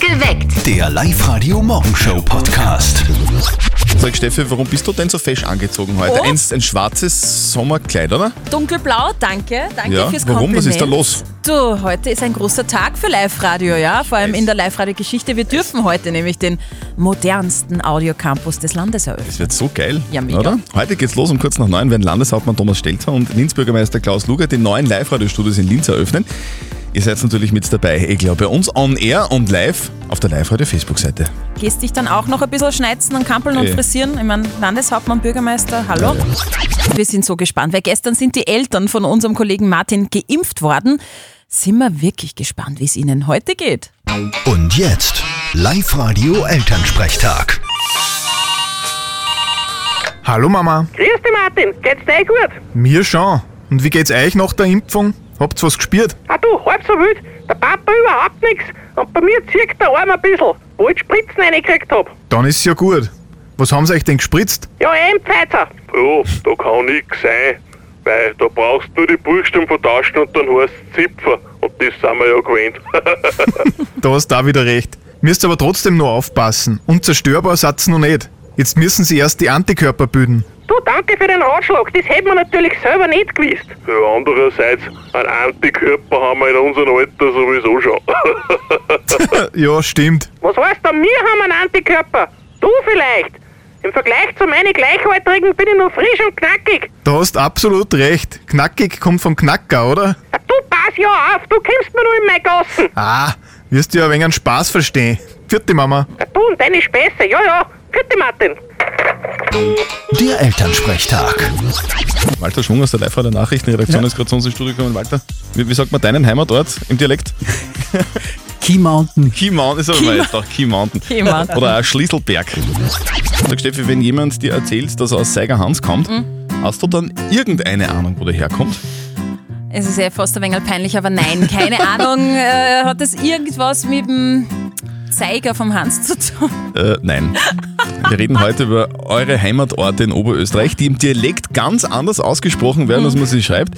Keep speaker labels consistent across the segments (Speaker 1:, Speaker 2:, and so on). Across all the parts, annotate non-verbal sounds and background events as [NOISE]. Speaker 1: Geweckt.
Speaker 2: Der Live-Radio-Morgenshow-Podcast.
Speaker 3: Sag Steffi, warum bist du denn so fesch angezogen heute?
Speaker 4: Oh.
Speaker 3: Ein, ein schwarzes Sommerkleid, oder?
Speaker 4: Dunkelblau, danke. Danke
Speaker 3: Ja,
Speaker 4: fürs
Speaker 3: warum? Was
Speaker 4: Kompliment.
Speaker 3: ist da los?
Speaker 4: Du, heute ist ein großer Tag für Live-Radio, ja? Vor allem in der Live-Radio-Geschichte. Wir dürfen heute nämlich den modernsten Audiocampus des Landes eröffnen.
Speaker 3: Es wird so geil,
Speaker 4: Ja, mega.
Speaker 3: oder? Heute geht's los um kurz nach neun, werden Landeshauptmann Thomas Stelzer und Linz-Bürgermeister Klaus Luger die neuen Live-Radio-Studios in Linz eröffnen. Ihr seid natürlich mit dabei, eh klar, bei uns on air und live auf der Live-Radio-Facebook-Seite.
Speaker 4: Gehst dich dann auch noch ein bisschen schneizen und kampeln und
Speaker 3: Eh.
Speaker 4: frisieren? Ich meine, Landeshauptmann, Bürgermeister, hallo. Wir sind so gespannt, weil gestern sind die Eltern von unserem Kollegen Martin geimpft worden. Sind wir wirklich gespannt, wie es ihnen heute geht.
Speaker 2: Und jetzt Live-Radio Elternsprechtag.
Speaker 5: Hallo Mama,
Speaker 6: Grüß dich, Martin. Geht's dir gut?
Speaker 5: mir schon. Und wie geht's euch nach der Impfung? Habt's was gespürt?
Speaker 6: Ah, du, halb so wild. Der Papa überhaupt nix. Und bei mir zirkt der Arm ein bisschen, wo ich die Spritzen reingekriegt hab.
Speaker 5: Dann ist's ja gut. Was haben sie euch denn gespritzt?
Speaker 6: Ja, eh im Pfeizer.
Speaker 7: Ja, da kann nix sein, weil da brauchst du nur die Buchstaben vertauschen und dann heißt Zipfer. Und das sind wir ja gewöhnt. [LAUGHS]
Speaker 5: Da hast du auch wieder recht. Müsst aber trotzdem nur aufpassen. Unzerstörbar seid's noch nicht. Jetzt müssen sie erst die Antikörper bilden.
Speaker 6: Du, danke für den Ratschlag. Das hätten wir natürlich selber nicht gewusst.
Speaker 7: ja, andererseits, einen Antikörper haben wir in unserem Alter sowieso schon. [LAUGHS]
Speaker 5: Ja, stimmt.
Speaker 6: Was heißt denn, wir haben einen Antikörper? Du vielleicht. Im Vergleich zu meinen Gleichaltrigen bin ich noch frisch und knackig.
Speaker 5: Da hast absolut recht. Knackig kommt vom Knacker, oder?
Speaker 6: Ah, du, pass ja auf. Du kommst mir nur in mein Gassen.
Speaker 5: Ah, wirst du ja ein wenig einen Spaß verstehen. Vierte Mama.
Speaker 6: Ah, du und deine Späße. Ja, ja. Gute Martin.
Speaker 2: Der Elternsprechtag.
Speaker 3: Walter Schwung aus der Live-Radio-Nachrichtenredaktion ist gerade zu uns ins Studio gekommen. Walter, wie, wie sagt man deinen Heimatort im Dialekt?
Speaker 8: Key Mountain.
Speaker 3: Key Mountain ist aber jetzt auch Key Mountain.
Speaker 4: Key Mountain.
Speaker 3: Oder auch Schlüsselberg. Sag Steffi, wenn jemand dir erzählt, dass er aus Seigerhans kommt, hast du dann irgendeine Ahnung, wo der herkommt?
Speaker 4: Es ist ja fast ein wenig peinlich, aber nein, [LAUGHS] keine Ahnung. Äh, hat das irgendwas mit dem Zeiger vom Hans zu tun?
Speaker 3: Äh, nein. Wir reden heute über eure Heimatorte in Oberösterreich, die im Dialekt ganz anders ausgesprochen werden, als man sie schreibt.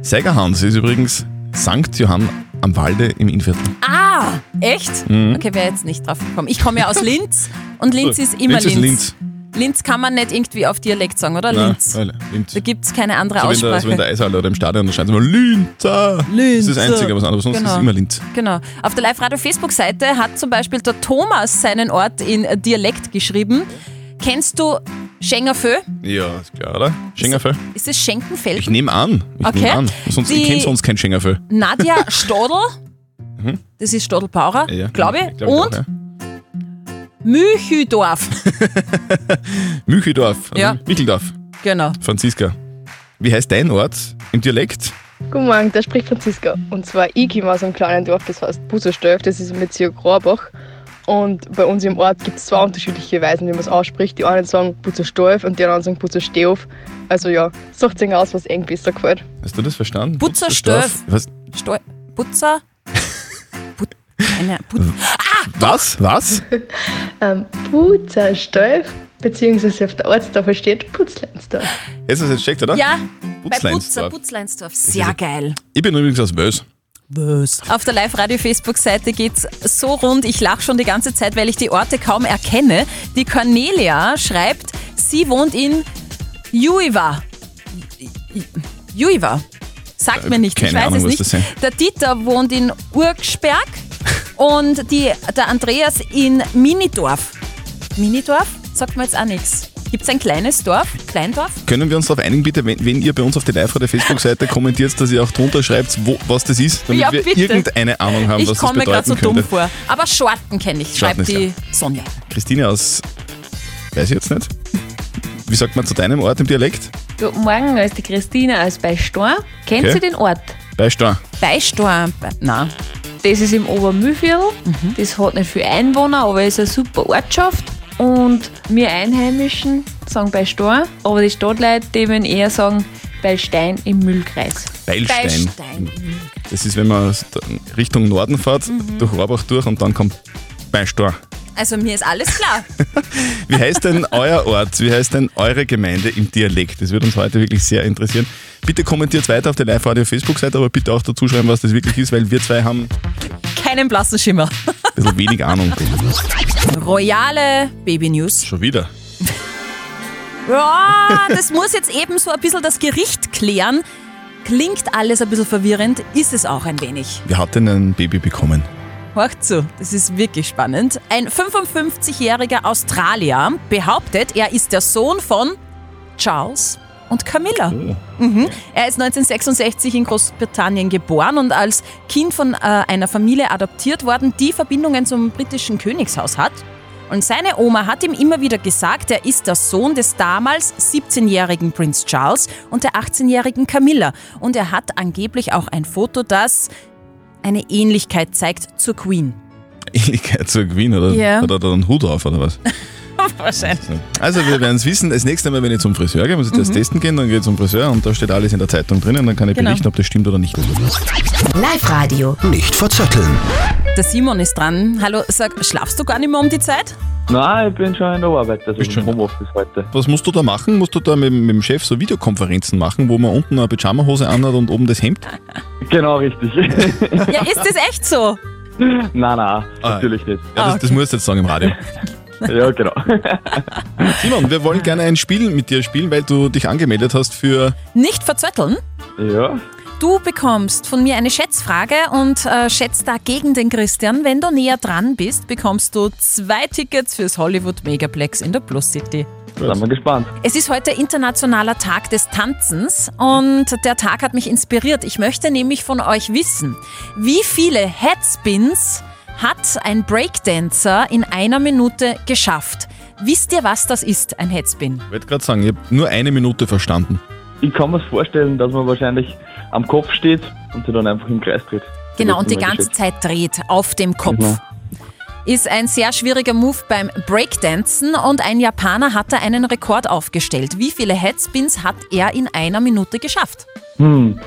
Speaker 3: Seigerhans ist übrigens Sankt Johann am Walde im Innviertel.
Speaker 4: Ah, echt?
Speaker 3: Mhm.
Speaker 4: Okay, wäre jetzt nicht drauf gekommen. Ich komme ja aus Linz und Linz ist immer
Speaker 3: Linz ist
Speaker 4: Linz.
Speaker 3: Linz.
Speaker 4: Linz. kann man nicht irgendwie auf Dialekt sagen, oder? Linz.
Speaker 3: Nein, Linz.
Speaker 4: Da gibt es keine andere
Speaker 3: So wie in der, so wie in
Speaker 4: Aussprache.
Speaker 3: der Eishalle oder im Stadion, da scheint es immer Linzer. Das ist das
Speaker 4: Linzer.
Speaker 3: Einzige, was anderes sonst ist
Speaker 4: Genau.
Speaker 3: es immer Linz.
Speaker 4: Genau. Auf der Live-Radio-Facebook-Seite hat zum Beispiel der Thomas seinen Ort in Dialekt geschrieben. Kennst du Schengerfö?
Speaker 3: Ja, ist klar, oder? Schengerfell?
Speaker 4: Ist es Schenkenfeld?
Speaker 3: Ich nehme an. Ich
Speaker 4: Okay.
Speaker 3: nehme an. Sonst, ich
Speaker 4: Die-
Speaker 3: kenne sonst kein Schengerfell.
Speaker 4: Nadja Stodl. Das ist Stodl-Paurer,
Speaker 3: genau.
Speaker 4: glaube ich. Und
Speaker 3: auch, ja.
Speaker 4: Müchidorf.
Speaker 3: Müchidorf. Also
Speaker 4: Ja.
Speaker 3: Micheldorf.
Speaker 4: Genau.
Speaker 3: Franziska. Wie heißt dein Ort im Dialekt?
Speaker 9: Guten Morgen, da spricht Franziska. Und zwar, ich komme aus einem kleinen Dorf, das heißt Busserstöf, das ist im Bezirk Rohrbach. Und bei uns im Ort gibt es zwei unterschiedliche Weisen, wie man es ausspricht. Die einen sagen Butzerstorf und die anderen sagen Butzerstehof. Also ja, sucht euch aus, was euch besser gefällt.
Speaker 3: Hast du das verstanden?
Speaker 4: Butzerstorf.
Speaker 3: Was?
Speaker 4: Stol Putzer.
Speaker 3: [LAUGHS]
Speaker 4: Put eine Put
Speaker 3: Was? Was?
Speaker 9: Ähm, Butzerstorf, beziehungsweise auf der Ortstafel steht Putzleinsdorf.
Speaker 3: Jetzt hast du es jetzt checkt, oder?
Speaker 4: ja, bei Putzer,
Speaker 3: Äh, Putzleinsdorf.
Speaker 4: Putzleinsdorf. Sehr geil.
Speaker 3: Ich bin übrigens aus Wels.
Speaker 4: Auf der Live-Radio-Facebook-Seite geht's so rund. Ich lache schon die ganze Zeit, weil ich die Orte kaum erkenne. Die Cornelia schreibt, sie wohnt in Juiva. Juiva. Sagt mir nichts, ich
Speaker 3: Äh, Keine
Speaker 4: weiß
Speaker 3: Ahnung,
Speaker 4: es
Speaker 3: was
Speaker 4: nicht.
Speaker 3: das sein.
Speaker 4: Der Dieter wohnt in
Speaker 3: [LAUGHS]
Speaker 4: Urgsberg und die, der Andreas in Minidorf. Minidorf? Sagt mir jetzt auch nichts. Gibt's ein kleines Dorf? Kleindorf?
Speaker 3: Können wir uns darauf einigen, bitte, wenn, wenn ihr bei uns auf die live der Facebook-Seite kommentiert, dass ihr auch drunter schreibt, wo, was das ist, damit
Speaker 4: Ja,
Speaker 3: wir
Speaker 4: bitte.
Speaker 3: irgendeine Ahnung haben,
Speaker 4: ich
Speaker 3: was das
Speaker 4: komme gerade
Speaker 3: bedeuten
Speaker 4: so dumm
Speaker 3: könnte.
Speaker 4: vor. Aber Schorten kenne ich,
Speaker 3: Schorten
Speaker 4: schreibt
Speaker 3: ist
Speaker 4: die Sonja.
Speaker 3: Christine aus, weiß ich jetzt nicht. Wie sagt man zu deinem Ort im Dialekt?
Speaker 10: Guten Morgen, da ist die Christina aus Beistorn. Kennt
Speaker 3: Okay.
Speaker 10: ihr den Ort?
Speaker 3: Beistor.
Speaker 4: Beistorn. Be- Nein.
Speaker 10: Das ist im Obermühlviertel. Das hat nicht viele Einwohner, aber ist eine super Ortschaft. Und wir Einheimischen sagen Beistorn, aber die Stadtleute, die würden eher sagen Beistein im Mühlkreis.
Speaker 3: Beilstein.
Speaker 4: Beistein.
Speaker 3: Das ist, wenn man aus der- Richtung Norden fährt,
Speaker 4: Mhm.
Speaker 3: durch Rohrbach durch und dann kommt Beistor.
Speaker 4: Also mir ist alles [LAUGHS] klar.
Speaker 3: Wie heißt
Speaker 4: [LAUGHS]
Speaker 3: denn euer Ort? Wie heißt denn eure Gemeinde im Dialekt? Das würde uns heute wirklich sehr interessieren. Bitte kommentiert weiter auf der Live-Radio-Facebook-Seite, aber bitte auch dazu schreiben, was das wirklich ist, weil wir zwei haben
Speaker 4: Keinen blassen Schimmer.
Speaker 3: bisschen wenig Ahnung.
Speaker 4: Royale Baby News.
Speaker 3: Schon wieder.
Speaker 4: Ja, das muss jetzt eben so ein bisschen das Gericht klären. Klingt alles ein bisschen verwirrend, ist es auch ein wenig.
Speaker 3: Wer hat denn ein Baby bekommen?
Speaker 4: Horcht zu, das ist wirklich spannend. Ein 55-jähriger Australier behauptet, er ist der Sohn von Charles und Camilla. Mhm. Er ist 1966 in Großbritannien geboren und als Kind von äh, einer Familie adoptiert worden, die Verbindungen zum britischen Königshaus hat. Und seine Oma hat ihm immer wieder gesagt, er ist der Sohn des damals 17-jährigen Prinz Charles und der 18-jährigen Camilla. Und er hat angeblich auch ein Foto, das eine Ähnlichkeit zeigt zur Queen.
Speaker 3: Ähnlichkeit zur Queen oder
Speaker 4: Ja.
Speaker 3: hat er da einen Hut auf oder was?
Speaker 4: [LAUGHS] Wahrscheinlich. Mhm.
Speaker 3: Also wir werden es wissen. Das nächste Mal, wenn ich zum Friseur gehe, muss ich das testen gehen, dann gehe ich zum Friseur und da steht alles in der Zeitung drinnen, dann kann ich
Speaker 4: Genau.
Speaker 3: berichten, ob das stimmt oder nicht.
Speaker 1: Live-Radio.
Speaker 2: Nicht verzetteln.
Speaker 4: Der Simon ist dran. Hallo, sag, schlafst du gar nicht mehr um die Zeit?
Speaker 11: Nein, ich bin schon in der Arbeit, also
Speaker 3: Bist
Speaker 11: im
Speaker 3: schon-
Speaker 11: Homeoffice heute.
Speaker 3: Was musst du da machen? Musst du da mit, mit dem Chef so Videokonferenzen machen, wo man unten eine Pyjamahose anhat und oben das Hemd?
Speaker 11: Genau richtig. [LAUGHS]
Speaker 4: Ja, ist das echt so?
Speaker 11: nein, nein, natürlich nicht.
Speaker 3: Ah, Ja,
Speaker 4: Ah,
Speaker 3: das, das musst du jetzt sagen im Radio.
Speaker 11: Ja, genau.
Speaker 3: Simon, wir wollen gerne ein Spiel mit dir spielen, weil du dich angemeldet hast für...
Speaker 4: Nicht verzötteln.
Speaker 11: Ja,
Speaker 4: Du bekommst von mir eine Schätzfrage und äh, schätzt da gegen den Christian. Wenn du näher dran bist, bekommst du zwei Tickets fürs Hollywood Megaplex in der Plus City.
Speaker 11: sind wir gespannt.
Speaker 4: Es ist heute internationaler Tag des Tanzens und der Tag hat mich inspiriert. Ich möchte nämlich von euch wissen, wie viele Headspins hat ein Breakdancer in einer Minute geschafft? Wisst ihr, was das ist, ein Headspin?
Speaker 3: Ich wollte gerade sagen, ich habe nur eine Minute verstanden.
Speaker 11: Ich kann mir vorstellen, dass man wahrscheinlich am Kopf steht und sie dann einfach im Kreis dreht.
Speaker 4: Genau,
Speaker 11: Das
Speaker 4: und die
Speaker 11: ist immer
Speaker 4: ganze
Speaker 11: geschätzt.
Speaker 4: Zeit dreht auf dem Kopf.
Speaker 11: Genau.
Speaker 4: Ist ein sehr schwieriger Move beim Breakdancen und ein Japaner hat da einen Rekord aufgestellt. Wie viele Headspins hat er in einer Minute geschafft?
Speaker 11: Hm,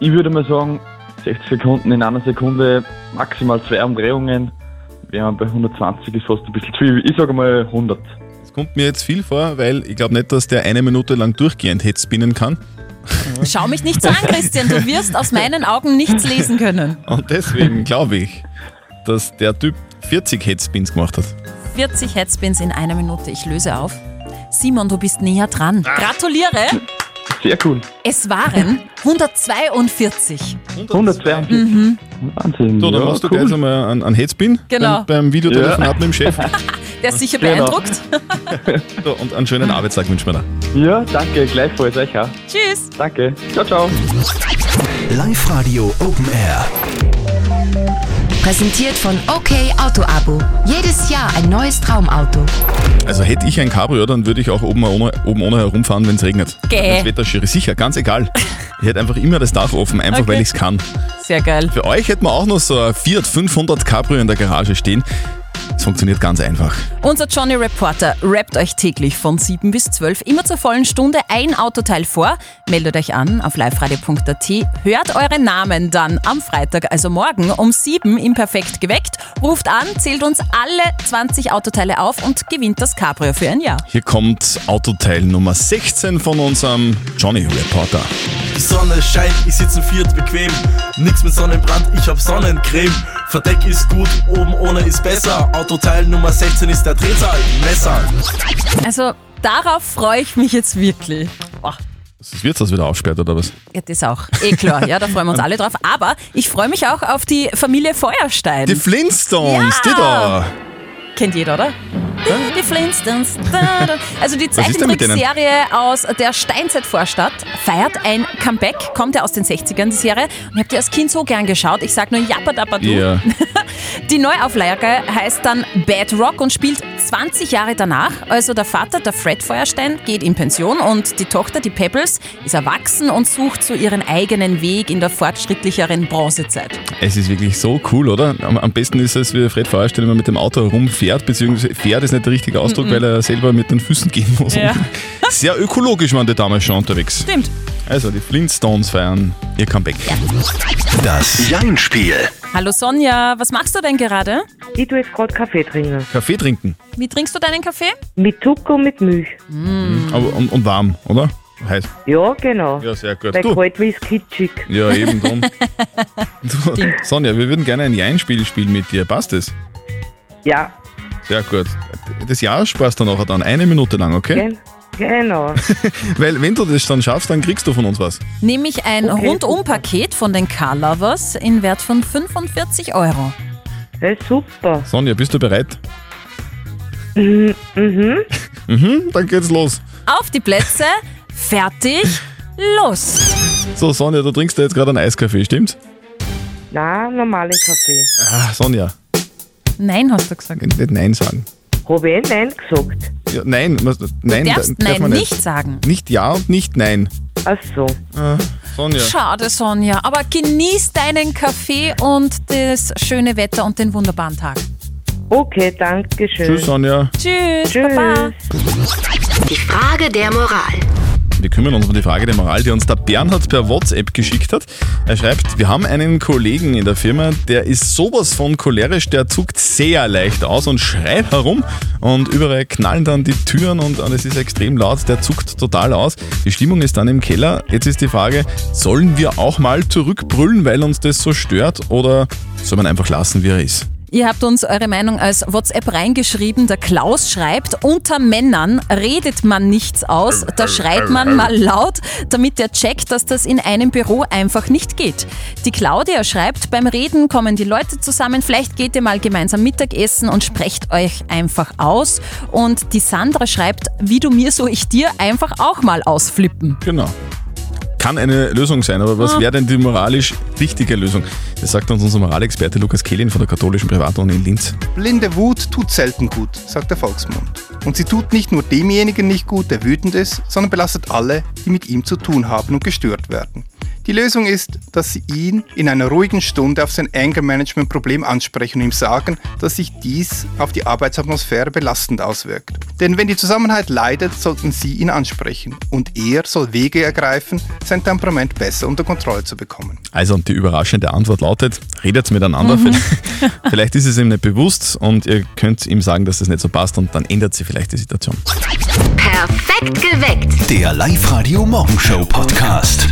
Speaker 11: ich würde mal sagen, 60 Sekunden in einer Sekunde, maximal zwei Umdrehungen. Wären bei 120 ist fast ein bisschen zu viel. Ich sage mal 100.
Speaker 3: Das kommt mir jetzt viel vor, weil ich glaube nicht, dass der eine Minute lang durchgehend Headspinnen kann.
Speaker 4: Schau mich nicht so an, Christian. Du wirst aus meinen Augen nichts lesen können.
Speaker 3: Und
Speaker 11: [LAUGHS]
Speaker 3: deswegen glaube ich, dass der Typ 40 Headspins gemacht hat.
Speaker 4: 40 Headspins in einer Minute. Ich löse auf. Simon, du bist näher dran. Gratuliere.
Speaker 11: Sehr cool.
Speaker 4: Es waren 142.
Speaker 11: 142. Wahnsinn.
Speaker 3: So, dann
Speaker 11: ja,
Speaker 3: machst du
Speaker 11: cool.
Speaker 3: gleich einmal einen, einen Headspin
Speaker 4: Genau.
Speaker 3: beim, beim Videotelefonat
Speaker 11: Ja.
Speaker 3: mit dem Chef.
Speaker 4: Der ist sicher
Speaker 11: Genau.
Speaker 4: beeindruckt. [LAUGHS]
Speaker 3: So, und einen schönen Arbeitstag wünschen wir dir.
Speaker 11: Ja, danke, gleichfalls euch auch.
Speaker 4: Tschüss.
Speaker 11: Danke. Ciao, ciao.
Speaker 2: Live-Radio Open Air.
Speaker 1: Präsentiert von OK Auto Abo. Jedes Jahr ein neues Traumauto.
Speaker 3: Also hätte ich ein Cabrio, dann würde ich auch oben ohne, oben ohne herumfahren, wenn es regnet.
Speaker 4: Gäh.
Speaker 3: Das Wetter ist schier- sicher, ganz egal. Ich hätte einfach immer das Dach offen, einfach
Speaker 4: Okay.
Speaker 3: weil ich es kann.
Speaker 4: Sehr geil.
Speaker 3: Für euch hätten wir auch noch so ein Fiat 500 Cabrio in der Garage stehen. Es funktioniert ganz einfach.
Speaker 4: Unser Johnny Reporter rappt euch täglich von 7 bis 12 immer zur vollen Stunde ein Autoteil vor. Meldet euch an auf liveradio.at, hört eure Namen dann am Freitag, also morgen um 7 im Perfekt geweckt, ruft an, zählt uns alle 20 Autoteile auf und gewinnt das Cabrio für ein Jahr.
Speaker 3: Hier kommt Autoteil Nummer 16 von unserem Johnny Reporter.
Speaker 12: Die Sonne scheint, ich sitz im Fiat bequem. Nix mit Sonnenbrand, ich hab Sonnencreme. Verdeck ist gut, oben ohne ist besser. Autoteil Nummer 16 ist der Drehzahl, Messer.
Speaker 4: Also darauf freue ich mich jetzt wirklich. Boah.
Speaker 3: Das wird das wieder aufsperrt, oder was?
Speaker 4: Ja, das auch. Eh klar, ja, da freuen wir uns alle drauf. Aber ich freue mich auch auf die Familie Feuerstein.
Speaker 3: Die Flintstones, die da.
Speaker 4: Kennt jeder, oder? Die Flintstones. Da, da. Also die
Speaker 3: Was ist denn mit denen?
Speaker 4: Zeichentrickserie aus der Steinzeitvorstadt feiert ein Comeback. Kommt ja aus den 60ern, die Serie. Und ich habe die als Kind so gern geschaut. Ich sag nur Jappadapadu.
Speaker 3: Ja.
Speaker 4: [LAUGHS] Die Neuauflage heißt dann Bad Rock und spielt 20 Jahre danach. Also der Vater, der Fred Feuerstein, geht in Pension und die Tochter, die Pebbles, ist erwachsen und sucht so ihren eigenen Weg in der fortschrittlicheren Bronzezeit.
Speaker 3: Es ist wirklich so cool, oder? Am, am besten ist es, wie der Fred Feuerstein immer mit dem Auto herumfährt, beziehungsweise fährt ist nicht der richtige Ausdruck, weil er selber mit den Füßen gehen muss.
Speaker 4: Ja.
Speaker 3: [LAUGHS] Sehr ökologisch waren die damals schon unterwegs.
Speaker 4: Stimmt.
Speaker 3: Also, die Flintstones feiern ihr Comeback.
Speaker 2: Das Jein-Spiel.
Speaker 4: Hallo Sonja, was machst du denn gerade?
Speaker 13: Ich tue jetzt gerade Kaffee trinken.
Speaker 3: Kaffee trinken,
Speaker 4: Wie trinkst du deinen Kaffee?
Speaker 13: Mit Zucker und mit Milch.
Speaker 3: aber und, und warm, oder? Heiß.
Speaker 13: Ja, genau.
Speaker 3: Ja, sehr gut.
Speaker 13: Weil
Speaker 3: Du.
Speaker 13: kalt ist kitschig. [LAUGHS]
Speaker 3: Ja, eben drum. du, Sonja, wir würden gerne ein Jein-Spiel spielen mit dir. Passt das?
Speaker 13: Ja,
Speaker 3: Sehr gut. Das Jahr sparst du nachher dann eine Minute lang, okay?
Speaker 13: gen genau.
Speaker 3: [LAUGHS] Weil wenn du das dann schaffst, dann kriegst du von uns was.
Speaker 4: Nämlich ein Rundum-Paket von den Car Lovers in Wert von 45 Euro.
Speaker 13: super.
Speaker 3: Sonja, bist du bereit?
Speaker 13: Mhm.
Speaker 3: [LAUGHS] Mhm, dann geht's los.
Speaker 4: Auf die Plätze, fertig, los.
Speaker 3: So, Sonja, du trinkst ja jetzt gerade einen Eiskaffee, stimmt's?
Speaker 13: Na, normalen Kaffee.
Speaker 3: Ah, Sonja,
Speaker 4: Nein, hast du gesagt.
Speaker 3: nicht Nein sagen.
Speaker 13: Habe ich eh Nein gesagt?
Speaker 3: Ja, nein, was- nein,
Speaker 4: du darfst
Speaker 3: da- darf
Speaker 4: Nein
Speaker 3: man
Speaker 4: nicht sagen.
Speaker 3: Nicht Ja und nicht Nein.
Speaker 13: Ach so.
Speaker 3: Äh, Sonja.
Speaker 4: Schade, Sonja. Aber genieß deinen Kaffee und das schöne Wetter und den wunderbaren Tag.
Speaker 13: Okay, danke schön.
Speaker 3: Tschüss, Sonja.
Speaker 4: Tschüss. Baba.
Speaker 1: Die Frage der Moral.
Speaker 3: Wir kümmern uns um die Frage der Moral, die uns der Bernhard per WhatsApp geschickt hat. Er schreibt, wir haben einen Kollegen in der Firma, der ist sowas von cholerisch, der zuckt sehr leicht aus und schreit herum und überall knallen dann die Türen und, und es ist extrem laut, der zuckt total aus. Die Stimmung ist dann im Keller. Jetzt ist die Frage, sollen wir auch mal zurückbrüllen, weil uns das so stört oder soll man einfach lassen, wie er ist?
Speaker 4: Ihr habt uns eure Meinung als WhatsApp reingeschrieben. Der Klaus schreibt, unter Männern redet man nichts aus, da schreit man mal laut, damit der checkt, dass das in einem Büro einfach nicht geht. Die Claudia schreibt, beim Reden kommen die Leute zusammen, vielleicht geht ihr mal gemeinsam Mittagessen und sprecht euch einfach aus. Und die Sandra schreibt, wie du mir, so ich dir, einfach auch mal ausflippen.
Speaker 3: Genau. Kann eine Lösung sein, aber was
Speaker 4: Ah.
Speaker 3: wäre denn die moralisch richtige Lösung? Das sagt uns unser Moralexperte Lukas Kehlin von der katholischen Privatuni in Linz.
Speaker 14: Blinde Wut tut selten gut, sagt der Volksmund. Und sie tut nicht nur demjenigen nicht gut, der wütend ist, sondern belastet alle, die mit ihm zu tun haben und gestört werden. Die Lösung ist, dass sie ihn in einer ruhigen Stunde auf sein Anger-Management-Problem ansprechen und ihm sagen, dass sich dies auf die Arbeitsatmosphäre belastend auswirkt. Denn wenn die Zusammenhalt leidet, sollten sie ihn ansprechen. Und er soll Wege ergreifen, sein Temperament besser unter Kontrolle zu bekommen.
Speaker 3: Also, und die überraschende Antwort lautet: Redet miteinander. vielleicht ist es ihm nicht bewusst und ihr könnt ihm sagen, dass es nicht so passt und dann ändert sie vielleicht die Situation.
Speaker 1: Perfekt geweckt.
Speaker 2: Der Live-Radio Morgenshow Podcast.